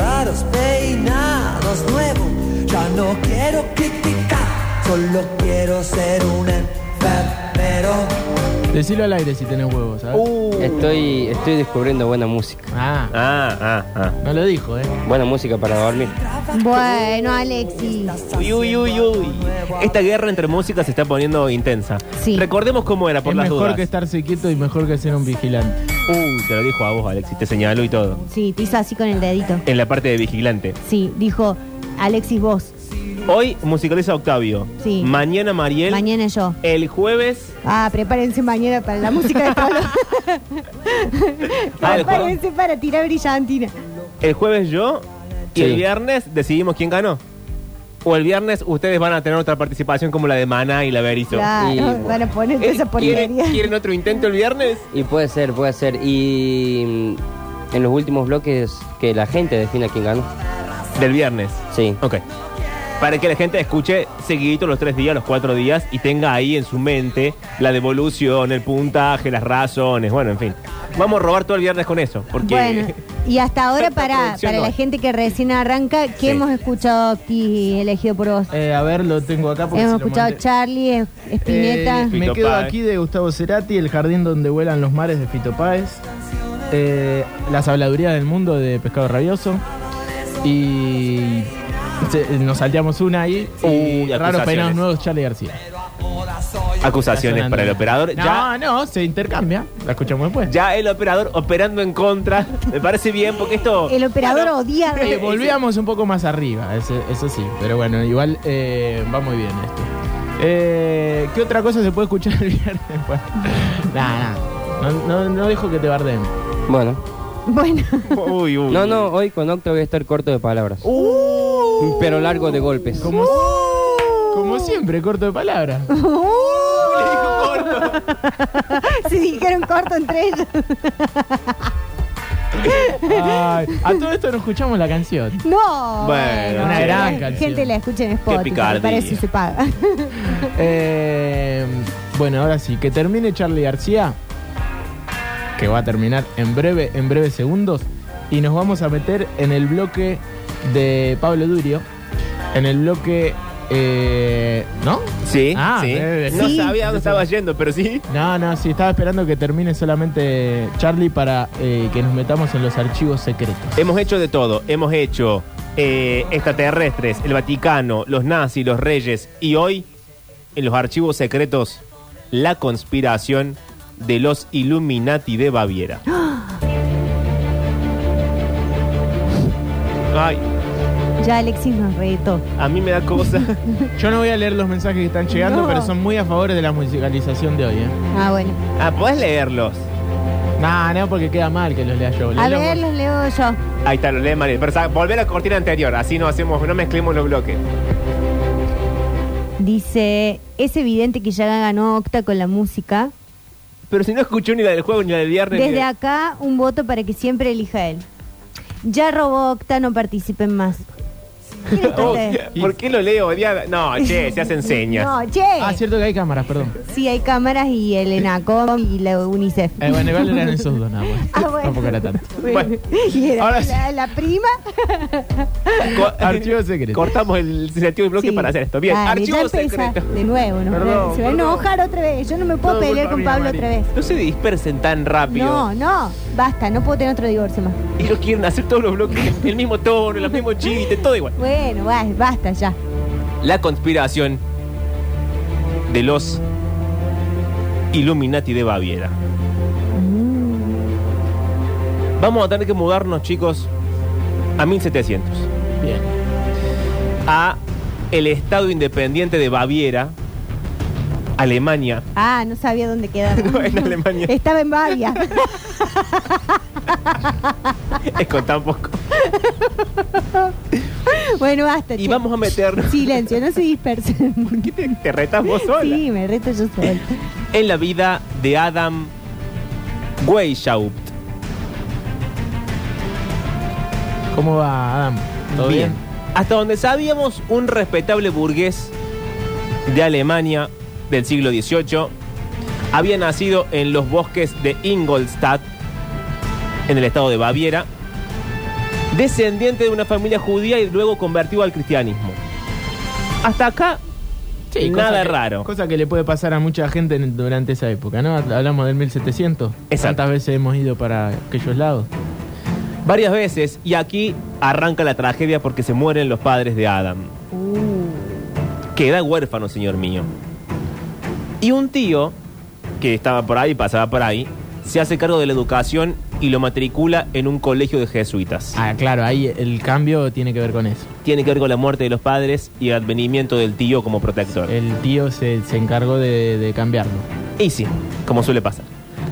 caros peinados nuevos. Ya no quiero criticar, solo quiero ser un enfermero. Decilo al aire si tenés huevos, ¿sabes? Uh. Estoy, estoy descubriendo buena música. Ah, Ah, ah, ah. no lo dijo, ¿eh? Buena música para dormir. Bueno, Alexis. Uy, uy, uy, uy. Este Esta guerra entre músicas se está poniendo intensa. Sí. Recordemos cómo era, por es las mejor dudas. que estarse quieto y mejor que ser un vigilante. Uh, te lo dijo a vos, Alexis, te señaló y todo. Sí, te hizo así con el dedito. En la parte de vigilante. Sí, dijo Alexis vos. Hoy musicaliza Octavio. Sí. Mañana Mariel. Mañana yo. El jueves. Ah, prepárense mañana para la música de Pablo. Ah, el juego. prepárense para tirar brillantina. El jueves yo. Y Sí. el viernes decidimos quién ganó. O el viernes ustedes van a tener otra participación como la de Mana y la Berizo. Y, Claro, bueno. van a poner toda Eh, esa ¿quieren, porquería. quieren otro intento el viernes? Y puede ser, puede ser. Y mm, en los últimos bloques que la gente defina quién ganó. Del viernes. Sí. Ok. Para que la gente escuche seguidito los tres días, los cuatro días y tenga ahí en su mente la devolución, el puntaje, las razones, bueno, en fin. Vamos a robar todo el viernes con eso, porque Bueno, y hasta ahora Tanta para, producción para no la hay. gente que recién arranca, ¿qué Sí. hemos escuchado, Octi, elegido por vos? Eh, a ver, lo tengo acá porque hemos se lo escuchado mandé. Charlie, es- Espineta. Eh, me Fito quedo Páez. aquí de Gustavo Cerati, El jardín donde vuelan los mares de Fito Páez, eh, Las habladurías del mundo de Pescado Rabioso y se- nos salteamos una ahí. y Uy, raros acusaciones. peinados nuevos, Charlie García. acusaciones para el operador. No, Ya, no, se intercambia. La escuchamos después. ya el operador operando en contra, me parece bien, porque esto... El operador odia. Eh, volvíamos un poco más arriba, ese- eso sí. Pero bueno, igual eh, va muy bien esto. Eh, ¿Qué otra cosa se puede escuchar el viernes? Bueno, nada, nada. No, no, no dejo que te barden. Bueno. Bueno, Uy, uy. No, no, hoy con Octa voy a estar corto de palabras. Pero largo de golpes. Como, como siempre, corto de palabras. se dijeron corto entre ellos. Ay, a todo esto no escuchamos la canción. No. Bueno, una gran la canción. gente la escucha en Spotify. picardía. Para eso se paga. Eh, bueno, ahora sí, que termine Charlie García, que va a terminar en breve, en breves segundos, y nos vamos a meter en el bloque de Pablo Durio, en el bloque... eh, ¿No? Sí, Ah, sí. eh, No sí. sabía dónde estaba yendo, pero sí. No, no, sí, estaba esperando que termine solamente Charlie para eh, que nos metamos en los archivos secretos. Hemos hecho de todo. Hemos hecho eh, extraterrestres, el Vaticano, los nazis, los reyes y hoy, en los archivos secretos, la conspiración de los Illuminati de Baviera. Ay, Ya Alexis nos retó. a mí me da cosa. Yo no voy a leer los mensajes que están llegando, No. pero son muy a favor de la musicalización de hoy, ¿eh? Ah, bueno. Ah, podés leerlos. No, no, porque queda mal que los lea yo. A Léelo ver, vos. los leo yo. Ahí está, lo lee Mariel. Pero sa- volvé a la cortina anterior, así no hacemos, no mezclemos los bloques. Dice, es evidente que ya ganó Octa con la música. Pero si no escuchó ni la del juego ni la del viernes. ni Desde la- acá, un voto para que siempre elija él. Ya robó Octa, no participen más. ¿Quién está Oh, usted? ¿Por qué lo leo? odiada? No, che, se hacen señas. No, che. Ah, cierto que hay cámaras, perdón. Sí, hay cámaras y el ENACOM y la UNICEF. Eh, bueno, igual eran esos dos nada más. Ah, bueno. Tampoco era tanto. Bueno, y era ahora la, la prima. Co- Archivo secreto. Cortamos el sentido del bloque Sí. para hacer esto. Bien, Dale, ya archivo empieza secreto. De nuevo, ¿no? Perdón, se va a perdón. enojar otra vez. Yo no me puedo Todo pelear culpa con mía, Pablo Mari. otra vez. No se dispersen tan rápido. No, no, basta, no puedo tener otro divorcio más. Ellos quieren hacer todos los bloques en el mismo tono, los mismos chistes, todo igual. Bueno, va- basta ya. La conspiración de los Illuminati de Baviera. Vamos a tener que mudarnos, chicos, a 1700. Bien. A el Estado Independiente de Baviera, Alemania. Ah, no sabía dónde quedaba. No, en Alemania. Estaba en Bavia. Es con tan poco. Bueno, basta. Y che. vamos a meternos. Silencio, no se dispersen. ¿Qué te, te retas vos sola? Sí, me reto yo sola. En la vida de Adam Weishaupt. ¿Cómo va, Adam? ¿Todo bien? Hasta donde sabíamos, un respetable burgués de Alemania del siglo XVIII había nacido en los bosques de Ingolstadt, en el estado de Baviera, descendiente de una familia judía y luego convertido al cristianismo. Hasta acá, nada cosa que- raro. Cosa que le puede pasar a mucha gente en- durante esa época, ¿no? Hablamos del 1700. Exacto. Tantas veces hemos ido para aquellos lados. varias veces, y aquí arranca la tragedia porque se mueren los padres de Adam. Queda huérfano, señor mío. Y un tío, que estaba por ahí, pasaba por ahí, se hace cargo de la educación y lo matricula en un colegio de jesuitas. Ah, claro, ahí el cambio tiene que ver con eso. Tiene que ver con la muerte de los padres y el advenimiento del tío como protector. El tío se, se encargó de, de cambiarlo. Y sí, como suele pasar.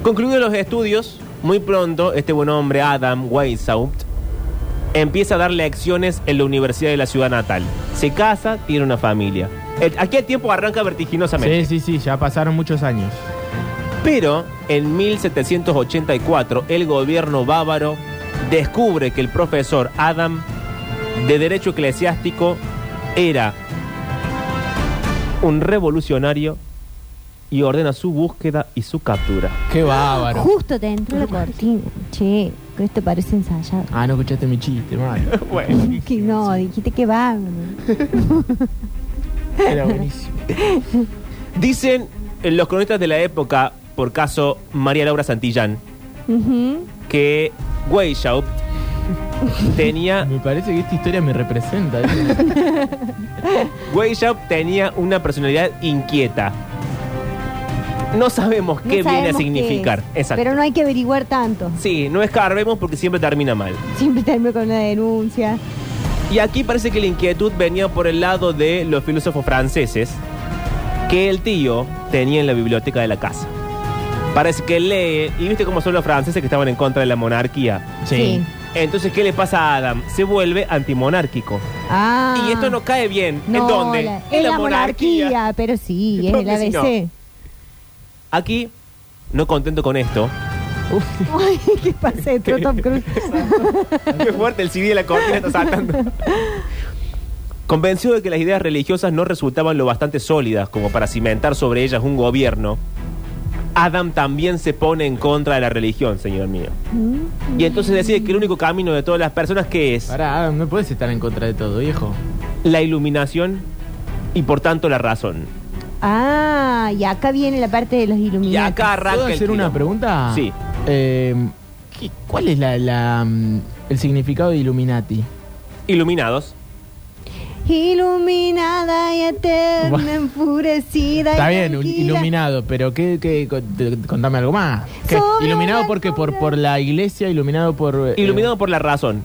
Concluidos los estudios, muy pronto este buen hombre Adam Weishaupt empieza a dar lecciones en la universidad de la ciudad natal. Se casa, tiene una familia. El- aquí el tiempo arranca vertiginosamente. Sí, sí, sí, ya pasaron muchos años. Pero en 1784 el gobierno bávaro descubre que el profesor Adam de Derecho Eclesiástico era un revolucionario y ordena su búsqueda y su captura. Qué bárbaro. Justo te entró la cortina. Che, que esto parece ensayado. Ah, no escuchaste mi chiste, mal. Que no, dijiste que va. Era buenísimo. Dicen eh, los cronistas de la época, por caso María Laura Santillán, Ujú. que Weishaupt tenía, Me parece que esta historia me representa. ¿eh? Weishaupt tenía una personalidad inquieta. No sabemos No qué viene a sabemos significar. qué es, Exacto. Pero no hay que averiguar tanto. Sí, no escarbemos porque siempre termina mal. Siempre termino con una denuncia. Y aquí parece que la inquietud venía por el lado de los filósofos franceses que el tío tenía en la biblioteca de la casa. Parece que lee, y viste cómo son los franceses que estaban en contra de la monarquía. Sí. Entonces, ¿qué le pasa a Adam? Se vuelve antimonárquico. Ah. Y esto no cae bien. ¿En No, dónde? la- en la, monarquía. Pero sí, es el ¿Dónde si no? ABC. Aquí, no contento con esto. Ay, ¿qué pasa? Entró Tom Cruise. Qué fuerte, el CD de la cortina está saltando. Convencido de que las ideas religiosas no resultaban lo bastante sólidas como para cimentar sobre ellas un gobierno, Adam también se pone en contra de la religión, señor mío. Y entonces decide que el único camino de todas las personas que es Pará, Adam, no puedes estar en contra de todo, viejo. la iluminación y por tanto la razón. Ah, y acá viene la parte de los iluminados. Y acá ¿Puedo arranca el hacer una quilombo. pregunta? Sí. Eh, ¿qué- ¿Cuál es la, la, mm, el significado de Illuminati? Iluminados. Iluminada y Bueno. eterna, enfurecida. Está y bien, un- tranquila. iluminado, pero ¿qué, qué- co- te- contame algo más? ¿Qué? Sobre ¿Iluminado una porque por, alfombra. por la iglesia? ¿Iluminado por...? eh, Iluminados por la razón.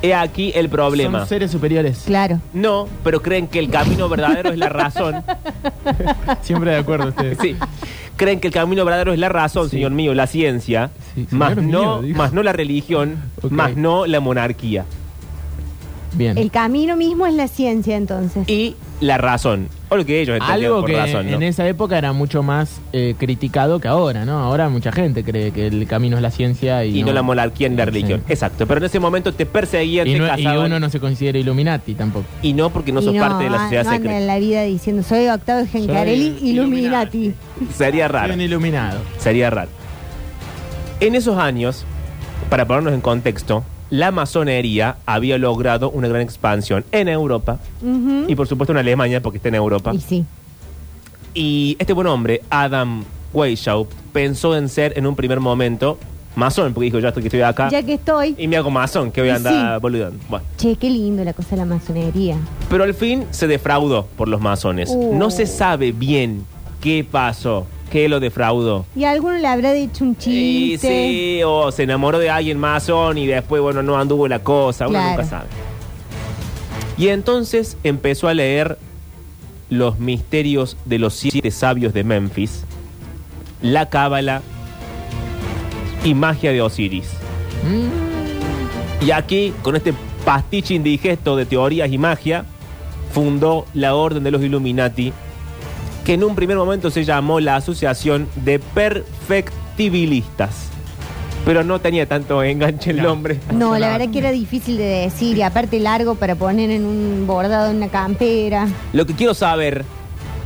He aquí el problema. Son seres superiores. Claro. No, pero creen que el camino verdadero es la razón. Siempre de acuerdo ustedes. Sí. Creen que el camino verdadero es la razón, Sí. señor mío, la ciencia, Sí, más, señor no, mío, dijo. más no la religión, Ok. más no la monarquía. Bien. El camino mismo es la ciencia, entonces. Y la razón. O lo que ellos entendían Algo por que razón, ¿no? en esa época era mucho más eh, criticado que ahora, ¿no? Ahora mucha gente cree que el camino es la ciencia y, Y no, la monarquía ni la Sí. religión. Exacto. Pero en ese momento te perseguían, Y, te no- y cazaban. uno no se considera Illuminati tampoco. y no porque no Y sos parte de la ah, sociedad no andan en secreta. la vida diciendo, soy Octavio Gencarelli, Soy Illuminati. Sería raro. Bien iluminado. Sería raro. En esos años, para ponernos en contexto, la masonería había logrado una gran expansión en Europa Ujú. y por supuesto en Alemania porque está en Europa. Y sí. Y este buen hombre, Adam Weishaupt, pensó en ser en un primer momento masón, porque dijo, ya estoy, que estoy acá Ya que estoy. y me hago masón, que voy a Y andar sí. boludando. Bueno. Che, qué lindo la cosa de la masonería. Pero al fin se defraudó por los masones. Uh. No se sabe bien qué pasó, qué lo defraudó. Y a alguno le habrá dicho un Y chiste. sí, o se enamoró de alguien masón y después, bueno, no anduvo la cosa, uno Claro. nunca sabe. Y entonces empezó a leer Los misterios de los siete sabios de Memphis, La Cábala y Magia de Osiris. Y aquí, con este pastiche indigesto de teorías y magia, fundó la Orden de los Illuminati, que en un primer momento se llamó la Asociación de Perfectibilistas. Pero no tenía tanto enganche el No. nombre. No, la Nada. verdad que era difícil de decir y aparte largo para poner en un bordado en una campera. Lo que quiero saber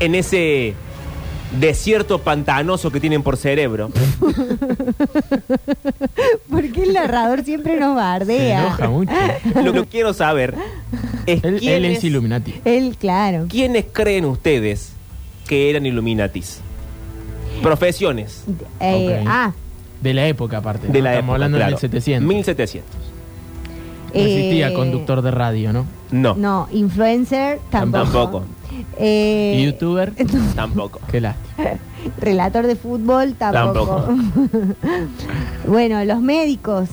en ese desierto pantanoso que tienen por cerebro. Porque el narrador siempre nos Se bardea. enoja mucho. Ah. Lo que quiero saber es Él, él quiénes, es Illuminati. Él, claro. quiénes creen ustedes que eran Illuminatis. Profesiones Eh, Ok. Ah, De la época, aparte. de ¿no? la Estamos época, hablando claro. del 700. 1700. No existía eh, conductor de radio, ¿no? No, No, influencer tampoco. Tampoco. Eh, Y youtuber. tampoco. Qué lástima. Relator de fútbol tampoco. bueno, los médicos,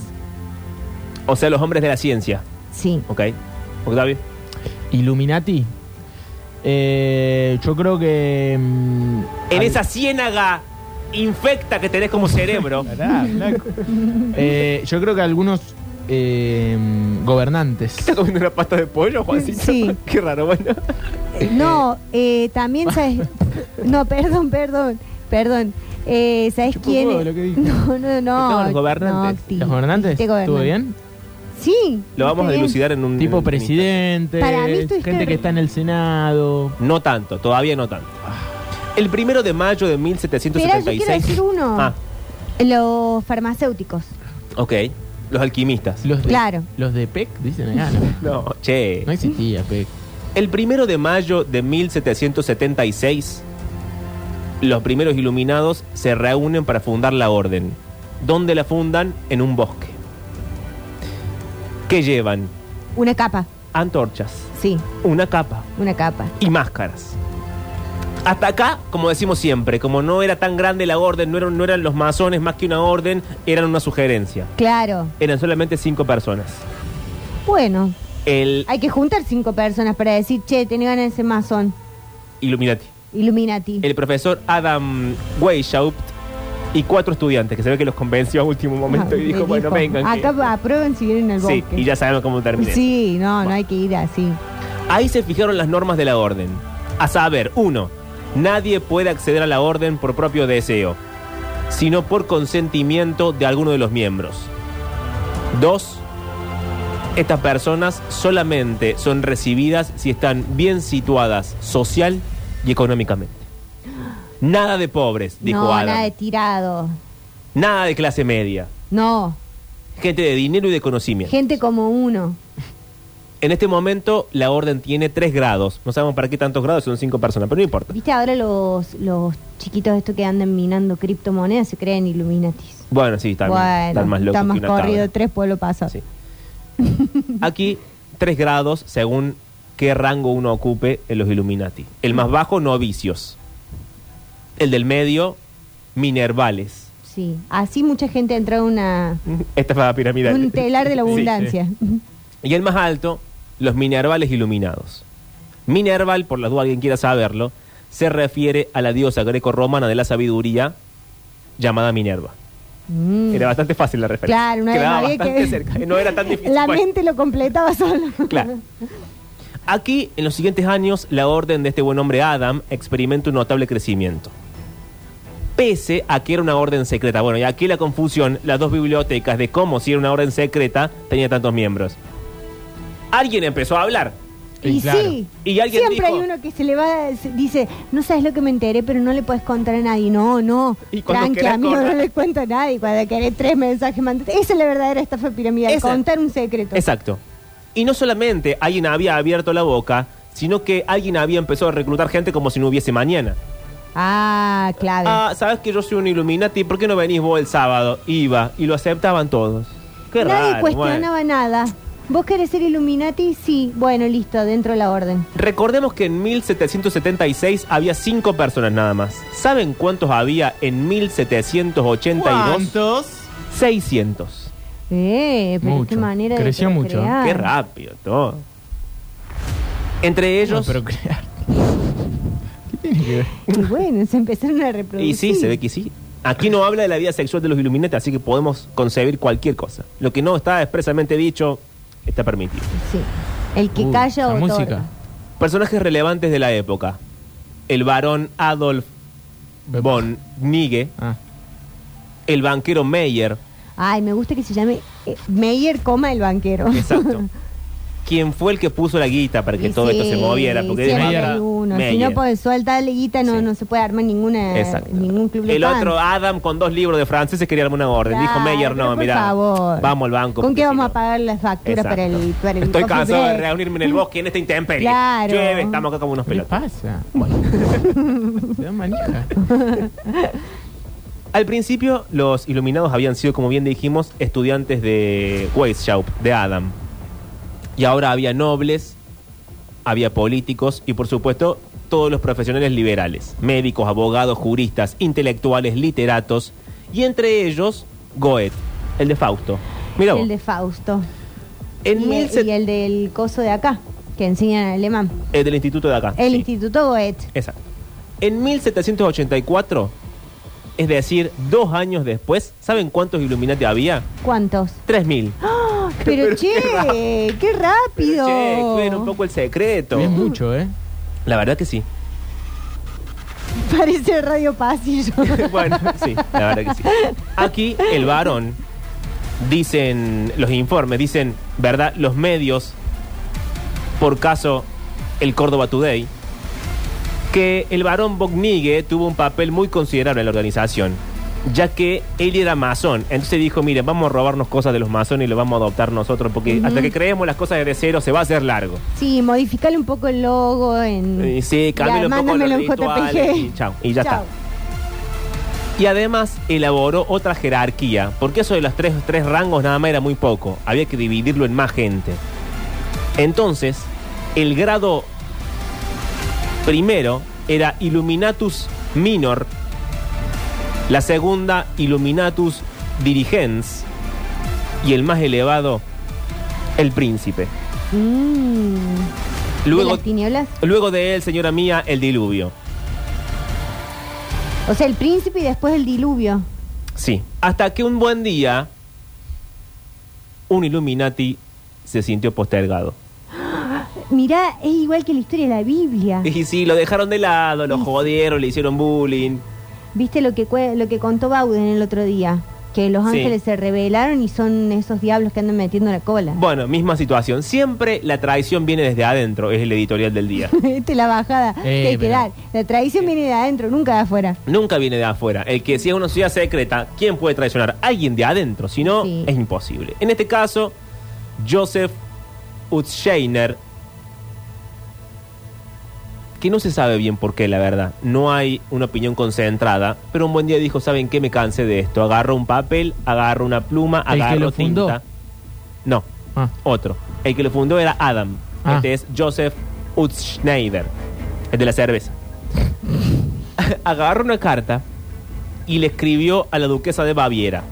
O sea, los hombres de la ciencia. sí. ¿Ok? Octavio. Illuminati. Eh, yo creo que. mm, En al- esa ciénaga infecta que tenés como cerebro. Pará, flaco. Eh, yo creo que algunos eh, gobernantes. ¿Estás comiendo una pasta de pollo, Juancito? Sí. Qué raro, bueno. Eh, No, eh, también sabes. No, perdón, perdón, perdón. Eh, ¿Sabes Chupó quién? huevo es? lo que dije. No, no, no. Estaban los gobernantes. No, Octi. ¿Los gobernantes? Dijiste ¿Estuvo gobernante. bien? Sí. Lo vamos a dijiste bien. dilucidar en un. en Tipo un- presidente, Para mí esto gente es que terrible. está en el Senado. No tanto, todavía no tanto. Ah. El primero de mayo de 1776. Esperá, yo quiero decir uno. Ah, Los farmacéuticos. ok. Los alquimistas. Los de, Claro. Los de PEC, dicen acá, ¿no? No, che. No existía PEC. El primero de mayo de 1776, los primeros iluminados se reúnen para fundar la orden. ¿Dónde la fundan? En un bosque. ¿Qué llevan? Una capa. Antorchas, Sí, una capa una capa. y máscaras. Hasta acá, como decimos siempre, como no era tan grande la orden, no eran, no eran los masones más que una orden, eran una sugerencia. Claro. Eran solamente cinco personas. Bueno, El hay que juntar cinco personas para decir, che, tenés ganas de ser masón. Illuminati. Illuminati. el profesor Adam Weishaupt y cuatro estudiantes, que se ve que los convenció a último momento Ah, y dijo, me bueno, dijo, vengan. que-". Acá aprueben si vienen al Sí, bosque. y ya sabemos cómo termina. Sí, no, no hay que ir así. Ahí se fijaron las normas de la orden. A saber, uno, nadie puede acceder a la orden por propio deseo, sino por consentimiento de alguno de los miembros. Dos, estas personas solamente son recibidas si están bien situadas social y económicamente. Nada de pobres, dijo no, Adam. nada de tirado. Nada de clase media. No, Gente de dinero y de conocimiento. gente como uno. En este momento la orden tiene tres grados. No sabemos para qué tantos grados, son cinco personas, pero no importa. ¿Viste ahora los, los chiquitos estos que andan minando criptomonedas se creen Illuminatis? Bueno, sí, están, están más locos está más que una corrido cabra. tres pueblos pasados. Sí. Aquí, tres grados según qué rango uno ocupe en los Illuminati. El más bajo, novicios. El del medio, minervales. Sí, así mucha gente entra en una, Esta es la piramidal. un telar de la Sí. abundancia. Y el más alto, los minervales iluminados. Minerval, por las dudas alguien quiera saberlo, se refiere a la diosa greco-romana de la sabiduría llamada Minerva. Mm. Era bastante fácil la referencia. Claro, una vez Quedaba más había bastante que- cerca, no era tan difícil. pues. La Bueno, mente lo completaba solo. claro. Aquí, en los siguientes años, la orden de este buen hombre Adam experimenta un notable crecimiento. Pese a que era una orden secreta. Bueno, y aquí la confusión, las dos bibliotecas de cómo si era una orden secreta tenía tantos miembros. Alguien empezó a hablar. Sí, Y claro. sí, Y alguien siempre dijo- hay uno que se le va, se- dice, no sabes lo que me enteré, pero no le puedes contar a nadie. No, no, Y cuando tranqui, querés amigo, contar- no le cuento a nadie. Cuando querés tres mensajes, mandate. Esa es la verdadera estafa piramidal, Esa. contar un secreto. Exacto. Y no solamente alguien había abierto la boca, sino que alguien había empezado a reclutar gente como si no hubiese mañana. Ah, clave. Ah, sabes que yo soy un Illuminati, ¿por qué no venís vos el sábado? Iba y lo aceptaban todos. Qué nadie raro, cuestionaba bueno. nada. ¿Vos querés ser Illuminati? Sí, bueno, listo, dentro de la orden. Recordemos que en 1776 había cinco personas nada más. ¿Saben cuántos había en 1782? 600. Eh, pero Mucho. qué manera de Creció mucho. procrear. Qué rápido todo. No, Entre ellos... pero crear. ¿Qué tiene que ver? Y bueno, se empezaron a reproducir. Y sí, se ve que sí. Aquí no habla de la vida sexual de los Illuminati, así que podemos concebir cualquier cosa. Lo que no está expresamente dicho está permitido. Sí. El que Uh, calla la o música. Personajes relevantes de la época. El varón Adolf von Nige, Ah, el banquero Meyer, Ay, me gusta que se llame eh, Meyer, coma el banquero. exacto. quién fue el que puso la guita para que Y todo esto sí, se moviera. Porque de siempre Meyer. hay manera- uno. Si Meyer. no pues, suelta la guita, no, Sí. no se puede armar ninguna, Exacto. ningún club de El fans. otro, Adam, con dos libros de franceses, quería armar una orden. Dijo Claro, Meyer, pero no, por mira. favor. Vamos al banco. ¿Con porque qué si vamos no- a pagar las facturas para Exacto. el, para el Estoy coffee cansado de break? reunirme en el bosque en esta intemperie. Claro. Llueve, estamos acá como unos ¿Qué le pelotas. pasa? Se da manija. Al principio, los iluminados habían sido, como bien dijimos, estudiantes de Weishaupt, de Adam. Y ahora había nobles, había políticos y, por supuesto, todos los profesionales liberales: médicos, abogados, juristas, intelectuales, literatos. Y entre ellos, Goethe, el de Fausto. Mira vos. El de Fausto. en y, el, 1700 y el del coso de acá, que enseñan alemán. eh, del instituto de acá. El sí. Instituto Goethe. Exacto. En 1784, es decir, dos años después, ¿saben cuántos Illuminati había? ¿Cuántos? 3.000. Pero, Ah, Pero che, qué qué, Pero, rápido. che, cuiden un poco el secreto. Es mucho, ¿eh? La verdad que sí. Parece Radio Pasillo. bueno, sí, la verdad que sí. Aquí el varón, dicen los informes, dicen, ¿verdad? Los medios, por caso el Córdoba Today, que el varón Bognigue tuvo un papel muy considerable en la organización, ya que él era masón. Entonces dijo, miren, vamos a robarnos cosas de los masones y lo vamos a adoptar nosotros, porque hasta que creemos las cosas de cero se va a hacer largo. sí, modificale un poco el logo en... Eh, Sí, cámbiale Ya, un poco los mándamelo en rituales JPG. y chao, y ya Chau. está. Y además elaboró otra jerarquía, porque eso de los tres, tres rangos nada más era muy poco, había que dividirlo en más gente. Entonces, el grado primero era Illuminatus Minor, la segunda Illuminatus Dirigens y el más elevado, el príncipe. Mm. ¿De Luego, las tinieblas? luego de él, señora mía, el diluvio. O sea, el príncipe y después el diluvio. Sí. Hasta que un buen día, un Illuminati se sintió postergado. Mirá, es igual que la historia de la Biblia. Y sí, lo dejaron de lado, lo jodieron, le hicieron bullying. ¿Viste lo que, cue- lo que contó Bauden el otro día? Que los Sí. ángeles se rebelaron y son esos diablos que andan metiendo la cola. Bueno, misma situación. Siempre la traición viene desde adentro, es el editorial del día. Viste la bajada Eh, que hay que pero- dar. La traición viene de adentro, nunca de afuera. Nunca viene de afuera. El que si es una ciudad secreta, ¿quién puede traicionar? Alguien de adentro, si no, Sí. es imposible. En este caso, Joseph Utscheiner, que no se sabe bien por qué, la verdad. No hay una opinión concentrada, pero un buen día dijo, ¿saben qué? Me cansé de esto. Agarro un papel, agarro una pluma, ¿El que agarro lo fundó? tinta. No, Ah, otro. El que lo fundó era Adam. Ah. Este es Joseph Utschneider, el de la cerveza. Agarró una carta y le escribió a la duquesa de Baviera.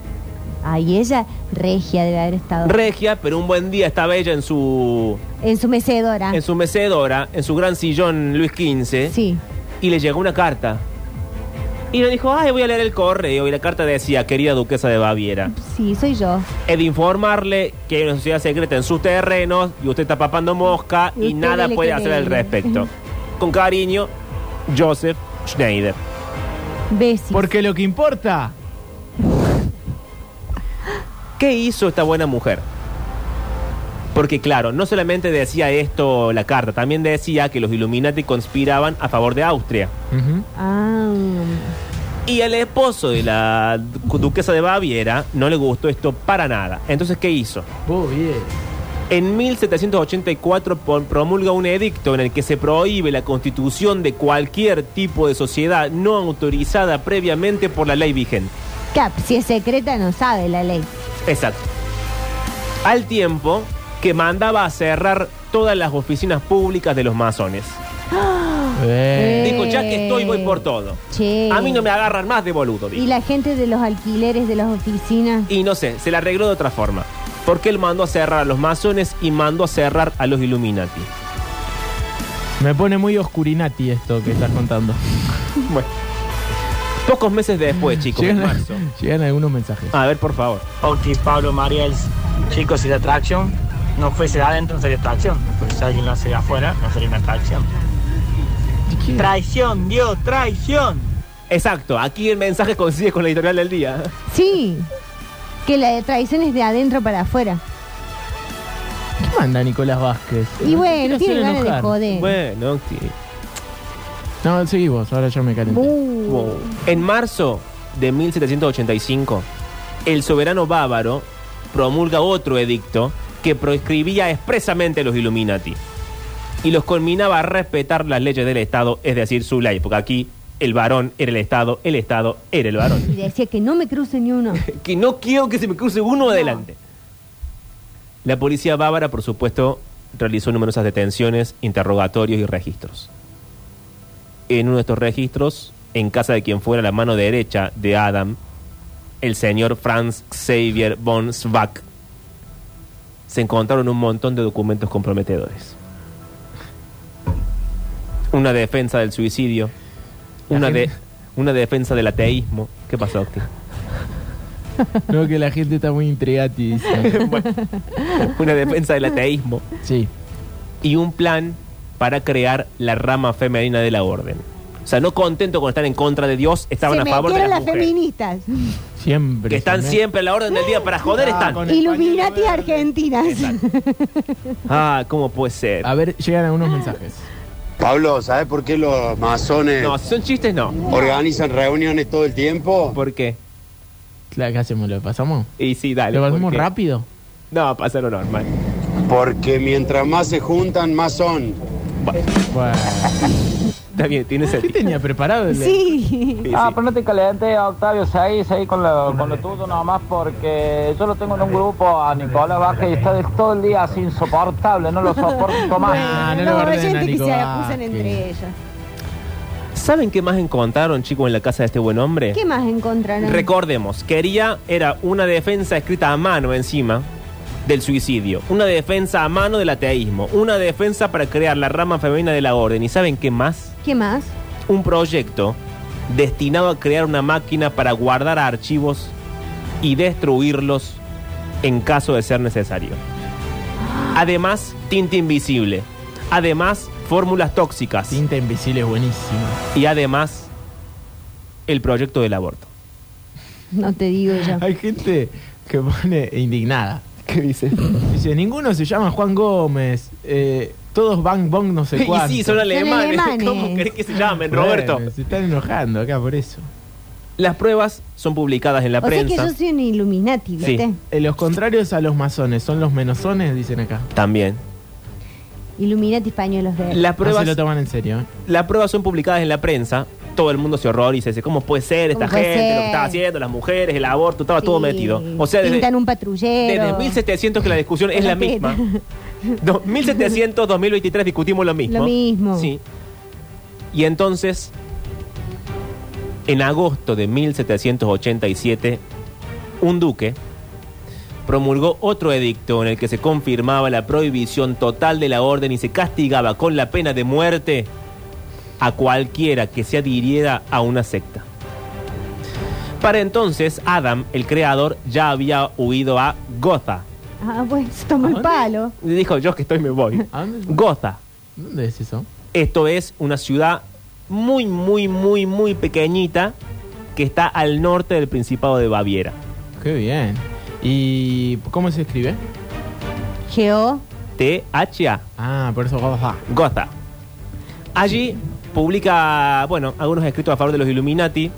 Ay, ella regia debe haber estado. Regia, pero un buen día estaba ella en su, en su mecedora. en su mecedora, en su gran sillón Luis XV, Ah. Sí. y le llegó una carta. Y le dijo, ay, voy a leer el correo. Y la carta decía, querida duquesa de Baviera, Sí, soy yo. he de informarle que hay una sociedad secreta en sus terrenos y usted está papando mosca Y y, usted nada le puede quiere hacer al ir. respecto. Con cariño, Joseph Schneider. Besis. Porque lo que importa. ¿Qué hizo esta buena mujer? Porque claro, no solamente decía esto la carta, también decía que los Illuminati conspiraban a favor de Austria. Ujú. Ah. Y al esposo de la du- duquesa de Baviera no le gustó esto para nada. Entonces, ¿qué hizo? Vos bien. En 1784 pon- promulga un edicto en el que se prohíbe la constitución de cualquier tipo de sociedad no autorizada previamente por la ley vigente. Cap, si es secreta no sabe la ley. Exacto. Al tiempo que mandaba a cerrar todas las oficinas públicas de los masones. Eh. Dijo, ya que estoy, voy por todo. Che. A mí no me agarran más de boludo, dijo. Y la gente de los alquileres de las oficinas. Y no sé, se la arregló de otra forma. Porque él mandó a cerrar a los masones y mandó a cerrar a los Illuminati. Me pone muy oscurinati esto que estás contando. Bueno. Pocos meses Mm. después, chicos, en Llegan, marzo. llegan algunos mensajes. A ver, por favor. Octi, Pablo, Mariels, chicos, si la atracción no fuese de adentro, no sería atracción. Porque si alguien lo hace de afuera, no sería una atracción. Traición, Dios, traición. Exacto, aquí el mensaje coincide con la editorial del día. Sí. Que la traición es de adentro para afuera. manda Nicolás Vázquez? Y bueno, Te quiero tiene hacer ganas de enojar. joder. Bueno, Octi. No, seguí vos, ahora yo me calenté. Uh, Wow. En marzo de 1785, el soberano bávaro promulga otro edicto que proscribía expresamente a los Illuminati y los conminaba a respetar las leyes del Estado, es decir, su ley, porque aquí el varón era el Estado, el Estado era el varón. Y decía que no me cruce ni uno. que no quiero que se me cruce uno adelante. La policía bávara, por supuesto, realizó numerosas detenciones, interrogatorios y registros. En uno de estos registros, en casa de quien fuera la mano derecha de Adam, el señor Franz Xavier von Zwack, se encontraron un montón de documentos comprometedores. Una defensa del suicidio, La una, gente- de, una defensa del ateísmo. ¿Qué pasó, Octi? No, que la gente está muy intrigati. dice. Bueno, una defensa del ateísmo Sí. y un plan para crear la rama femenina de la orden. O sea, no contento con estar en contra de Dios, estaban Se a favor de metieron las, las mujeres. feministas. Siempre. Que están se me- siempre en la orden del día para joder, Ah, están. con- el Illuminati pañuelo verde. argentinas. Ah, ¿cómo puede ser? A ver, llegan algunos mensajes. Pablo, ¿sabes por qué los masones No, si son chistes, no. organizan reuniones todo el tiempo? ¿Por qué? La que hacemos, lo pasamos. Y sí, dale. Lo ¿por pasamos qué? rápido. No, pasa lo normal. Porque mientras más se juntan, más son. Bueno, Bueno. está bien, tiene ¿Qué sentido. tenía preparado? el- Sí. Sí, Ah, sí. pero no te calentes, Octavio, seis, ahí con lo, con lo tuyo nomás, porque yo lo tengo en un grupo a Nicolás Vázquez y está de- todo el día así insoportable, no lo soporto más. Ah, no lo Bueno, los guarden a Eh. oyentes que Nico se Vázquez. acusan entre ellos. ¿Saben qué más encontraron, chicos, en la casa de este buen hombre? ¿Qué más encontraron? Recordemos, quería, era una defensa escrita a mano encima del suicidio, una defensa a mano del ateísmo, una defensa para crear la rama femenina de la orden. ¿Y saben qué más? ¿Qué más? Un proyecto destinado a crear una máquina para guardar archivos y destruirlos en caso de ser necesario. Además, tinta invisible. Además, fórmulas tóxicas. Cinta invisible es buenísimo. Y además, el proyecto del aborto. No te digo yo. Hay gente que pone indignada. ¿Qué dice? Dice, ninguno se llama Juan Gómez. eh, todos Bang Bong no sé cuánto. Y sí, son alemanes. alemanes. ¿Cómo querés que se llamen, Roberto? Bueno, Se están enojando acá por eso. Las pruebas son publicadas en la o sea que prensa. yo soy un Sí. Illuminati, ¿viste? Eh, los contrarios a los masones, son los menosones, dicen acá. También. Illuminati españolos de Las No se pruebas, Ah, lo toman en serio. ¿eh? las pruebas son publicadas en la prensa. Todo el mundo se horroriza. Dice, ¿cómo puede ser esta ¿Cómo puede gente? Lo ser? que estaba haciendo, las mujeres, el aborto, estaba todo Sí. metido. O sea, desde, Pintan un patrullero. desde 1700 que la discusión es Una la teta. misma. No, 1700, 2023 discutimos lo mismo. Lo mismo. Sí. Y entonces, en agosto de 1787, un duque promulgó otro edicto en el que se confirmaba la prohibición total de la orden y se castigaba con la pena de muerte a cualquiera que se adhiriera a una secta. Para entonces, Adam, el creador, ya había huido a Gotha. Ah, bueno, se tomó el ¿A dónde? palo. Y Dijo, yo que estoy me voy. ¿A dónde- Gotha, ¿Dónde es eso? esto es una ciudad muy, muy, muy, muy pequeñita que está al norte del Principado de Baviera. Qué bien. ¿Y cómo se escribe? Geo. T-H-A, Ah, por eso Gotha. Gotha. Allí publica, bueno, algunos escritos a favor de los Illuminati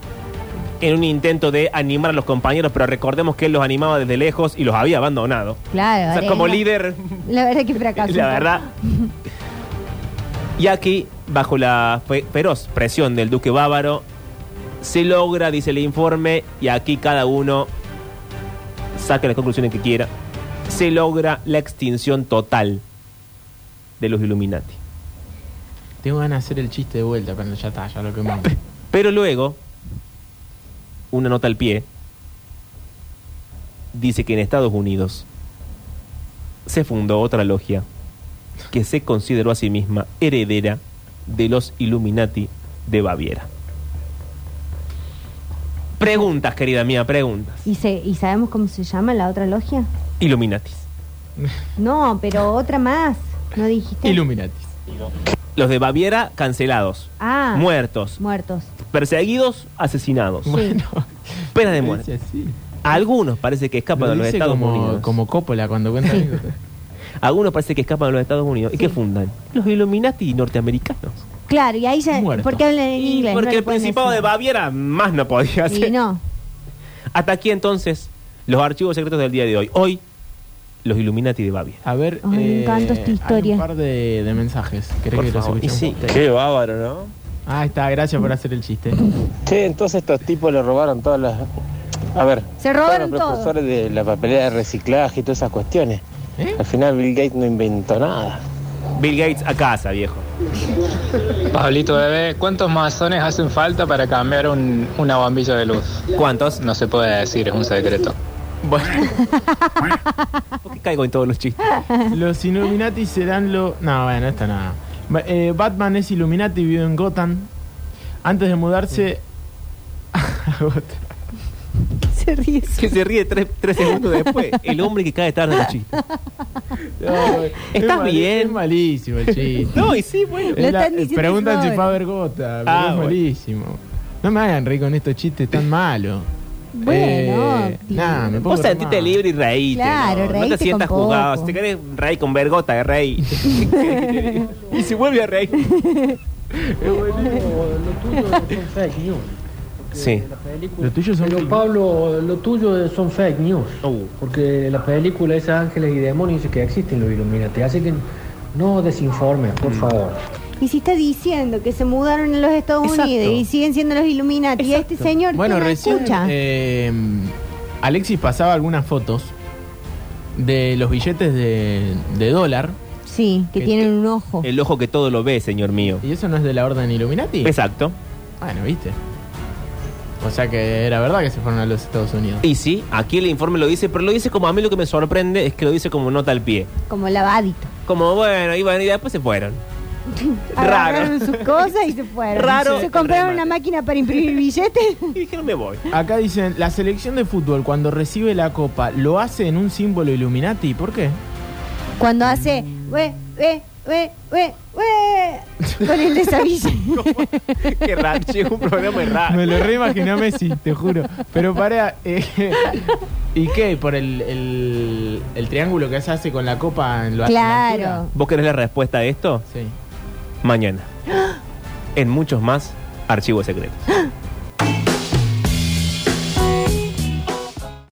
en un intento de animar a los compañeros, pero recordemos que él los animaba desde lejos y los había abandonado. Claro. O sea, ahora como era- líder La verdad que fracasó. La verdad. Y aquí, bajo la fe- feroz presión del duque bávaro, se logra, dice el informe, y aquí cada uno saca las conclusiones que quiera, se logra la extinción total de los Illuminati. Tengo ganas de hacer el chiste de vuelta, pero ya está, ya lo quemamos. Pero luego, una nota al pie, dice que en Estados Unidos se fundó otra logia que se consideró a sí misma heredera de los Illuminati de Baviera. Preguntas, querida mía, preguntas. ¿Y, se- ¿Y sabemos cómo se llama la otra logia? Illuminatis. No, pero otra más. ¿No dijiste? Illuminatis. Los de Baviera cancelados, ah, muertos, muertos. perseguidos, asesinados, Sí. pena de Lo muerte. dice así. Algunos parece que escapan Lo de los dice Estados como, Unidos. como Coppola cuando cuenta anécdotas. Algunos parece que escapan a los Estados Unidos. ¿Y qué fundan? Los Illuminati norteamericanos. Claro, y ahí ya. Muerto. Porque hablan en Y inglés. porque no le el pueden Principado de decir. Baviera más no podía hacer. Y no. Hasta aquí entonces los archivos secretos del día de hoy. Hoy, los Illuminati de Baviera. A ver, eh, Ay, me encanta esta hay historia. un par de, de mensajes. ¿Querés Por que los favor. Y escuchemos? sí. Qué bávaro, ¿no? Ah, está, gracias por hacer el chiste. Che, entonces estos tipos le robaron todas las. A ver. Se todos robaron los todo. precursores de la papelera de reciclaje y todas esas cuestiones. ¿Eh? Al final Bill Gates no inventó nada. Bill Gates a casa, viejo. Pablito bebé, ¿cuántos masones hacen falta para cambiar un- una bombilla de luz? ¿Cuántos? No se puede decir, es un secreto. Bueno. ¿Por qué caigo en todos los chistes? Los Illuminati serán lo. No, bueno, esta nada. Ba- eh, Batman es Illuminati, vive en Gotham. Antes de mudarse a Gotham. Se ríe. Que se ríe tres, tres segundos después. El hombre que cae tarde en los chistes. Es mali- bien? Es malísimo el chiste. No, y sí, bueno. Lo Es la- están diciendo preguntan si ahora. fue a ver Gotham. pero Ah, es bueno. malísimo. No me hagan reír con estos chistes tan malos. Bueno, Eh, tío. nah, me pongo Vos sentiste mal. libre y reíte. Claro, ¿no? No reíte te sientas con poco. juzgado. Si te querés reír con vergota, de reír. y si vuelve a reír. Sí. Los tuyos son. Pero Pablo, lo tuyo son fake news. Uh. Porque la película esas ángeles y demonios dice que existen los Illuminati. Así que no desinformes, por favor. Y si está diciendo que se mudaron a los Estados Exacto. Unidos y siguen siendo los Illuminati, y a este señor Bueno, ¿quién la recién escucha. eh, Alexis pasaba algunas fotos de los billetes de, de dólar. sí, que que tienen un ojo. eh, El ojo que todo lo ve, señor mío. ¿Y eso no es de la Orden Illuminati? Exacto. Bueno, viste. O sea que era verdad que se fueron a los Estados Unidos. Y sí, aquí el informe lo dice, pero lo dice como a mí lo que me sorprende es que lo dice como nota al pie. Como lavadito. Como bueno, iban y después se fueron. Agarraron sus cosas y se fueron. Raro. Se compraron una Remate. máquina para imprimir billetes. Y dije, no me voy. Acá dicen, la selección de fútbol cuando recibe la copa lo hace en un símbolo Illuminati. ¿Por qué? Cuando hace. We, we, we, we, we, con el desaville. Qué raro, che, un programa es raro. Me lo reimaginé a Messi, te juro. Pero para... eh, ¿Y qué? ¿Por el, el- el triángulo que se hace con la copa en lo hace en la Claro. altura? ¿Vos querés la respuesta a esto? Sí. Mañana. En muchos más archivos secretos.